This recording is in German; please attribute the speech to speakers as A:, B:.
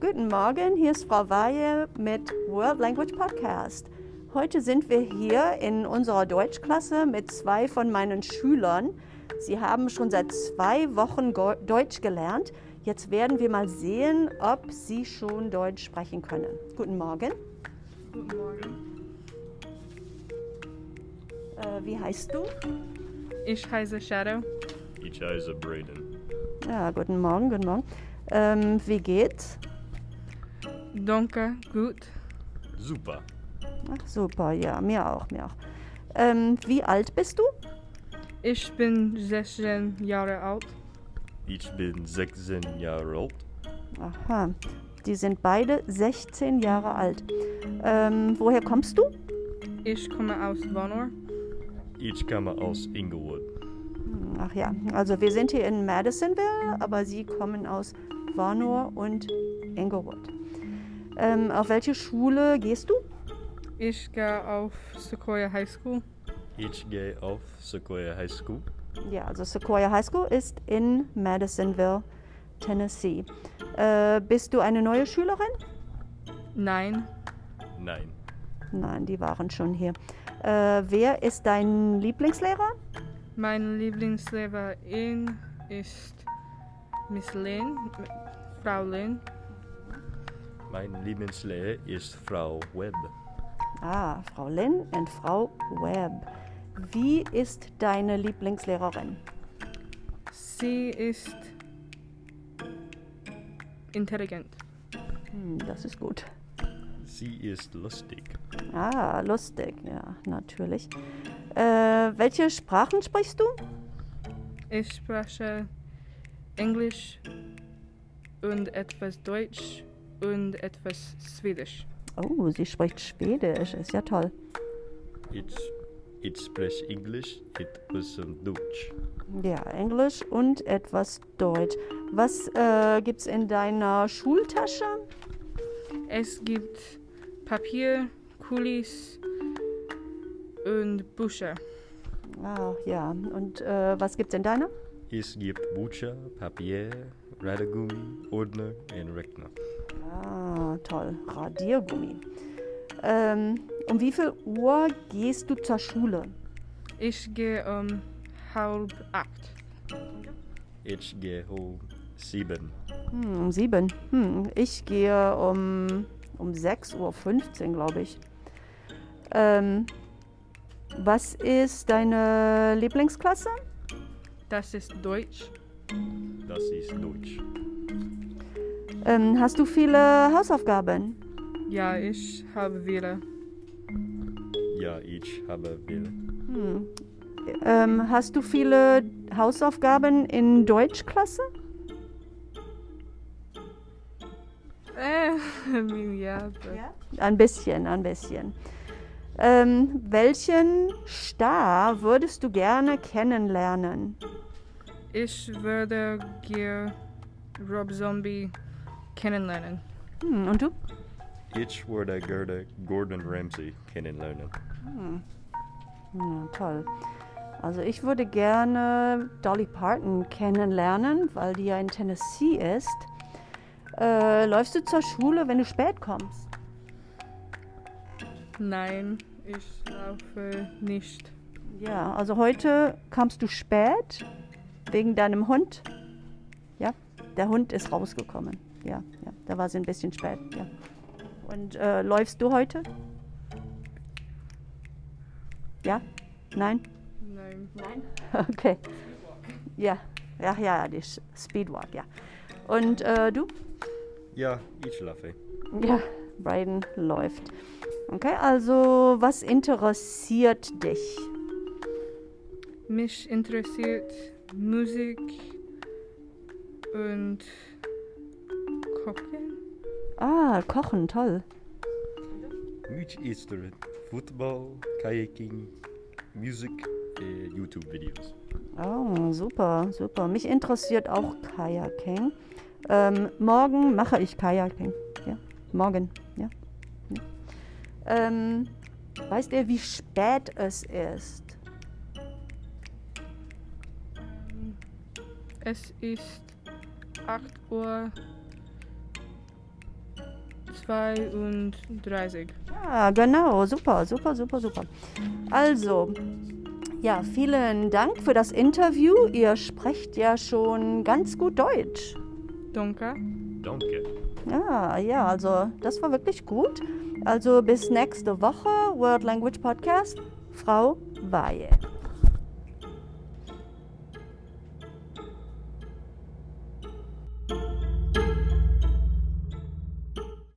A: Guten Morgen, hier ist Frau Weihe mit World Language Podcast. Heute sind wir hier in unserer Deutschklasse mit zwei von meinen Schülern. Sie haben schon seit zwei Wochen Go- Deutsch gelernt. Jetzt werden wir mal sehen, ob sie schon Deutsch sprechen können. Guten Morgen.
B: Guten Morgen.
A: Äh, wie heißt du?
B: Ich heiße Shadow.
C: Each eye's a Braden.
A: Ja, guten Morgen, guten Morgen. Ähm, wie geht's?
B: Danke, gut.
C: Super.
A: Ach, super, ja, mir auch, mir auch. Ähm, wie alt bist du?
B: Ich bin 16 Jahre alt.
C: Each bin 16 Jahre alt.
A: Aha, die sind beide 16 Jahre alt. Ähm, woher kommst du?
B: Ich komme aus Bonor.
C: Each komme aus Inglewood.
A: Ach ja, also wir sind hier in Madisonville, aber sie kommen aus Warnow und Englewood. Ähm, auf welche Schule gehst du?
B: Ich gehe auf Sequoia High School.
C: Each gehe auf Sequoia High School.
A: Ja, also Sequoia High School ist in Madisonville, Tennessee. Äh, bist du eine neue Schülerin?
B: Nein,
C: Nein.
A: Nein, die waren schon hier. Äh, wer ist dein Lieblingslehrer?
B: mein Lieblingslehrerin ist Miss Lin, Frau Lin.
C: Mein Lieblingslehrer ist Frau Webb.
A: Ah, Frau Lin und Frau Webb. Wie ist deine Lieblingslehrerin?
B: Sie ist intelligent.
A: Hm, das ist gut.
C: Sie ist lustig.
A: Ah, lustig, ja, natürlich. Äh, welche Sprachen sprichst du?
B: Ich spreche Englisch und etwas Deutsch und etwas Schwedisch.
A: Oh, sie spricht Schwedisch, ist ja toll.
C: Ich, ich spreche Englisch, ich bisschen Deutsch.
A: Ja, Englisch und etwas Deutsch. Was äh, gibt's in deiner Schultasche?
B: Es gibt Papier, Kulis und Bücher.
A: Ach Ah, ja, und äh, was gibt's in deiner?
C: Es gibt Bücher, Papier, Radegummi, Ordner und Rechner.
A: Ah, toll, Radiergummi. Ähm, um wie viel Uhr gehst du zur Schule?
B: Ich gehe um halb acht.
C: Ich gehe um sieben.
A: Hm, um sieben. Hm, ich gehe um, um 6.15 Uhr, glaube ich. Ähm, was ist deine Lieblingsklasse?
B: Das ist Deutsch.
C: Das ist Deutsch.
A: Ähm, hast du viele Hausaufgaben?
B: Ja, ich habe wieder.
C: Ja, ich habe will.
A: Hm. Ähm, hast du viele Hausaufgaben in Deutschklasse?
B: Äh, ja, aber
A: Ein bisschen, ein bisschen. Ähm, welchen Star würdest du gerne kennenlernen?
B: ich würde gerne Rob Zombie kennenlernen.
A: Hm, und du?
C: Ich würde gerne Gordon Ramsay kennenlernen.
A: Ja, Hm, toll. Also ich würde gerne Dolly Parton kennenlernen, weil die ja in Tennessee ist. Äh, läufst du zur Schule, wenn du spät kommst?
B: Nein, ich laufe nicht.
A: Ja, also heute kamst du spät wegen deinem Hund. Ja, der Hund ist rausgekommen. Ja, ja da war sie ein bisschen spät. Ja. Und äh, läufst du heute? Ja? Nein?
B: Nein.
A: Okay. Ja, ja, ja, die Sch- Speedwalk, ja. Und äh, du?
C: Ja, ich laufe.
A: Ja, Bryden läuft. Okay, also was interessiert dich?
B: Mich interessiert Musik und Kochen.
A: Ah, Kochen, toll.
C: Mich ist der Football, Kayaking, Music, äh, YouTube-Videos.
A: Oh, super, super. Mich interessiert auch Kajaking. Ähm, morgen mache ich Kajaking. Ja, morgen, ja. ja. Ähm, weißt ihr, wie spät es ist?
B: Es ist 8 Uhr 32.
A: Ja, genau. Super, super, super, super. Also, ja, vielen Dank für das Interview. Ihr sprecht ja schon ganz gut Deutsch.
B: Danke.
C: Danke.
A: Ja, ja, also das war wirklich gut. Also bis nächste Woche, World Language Podcast, Frau Weihe.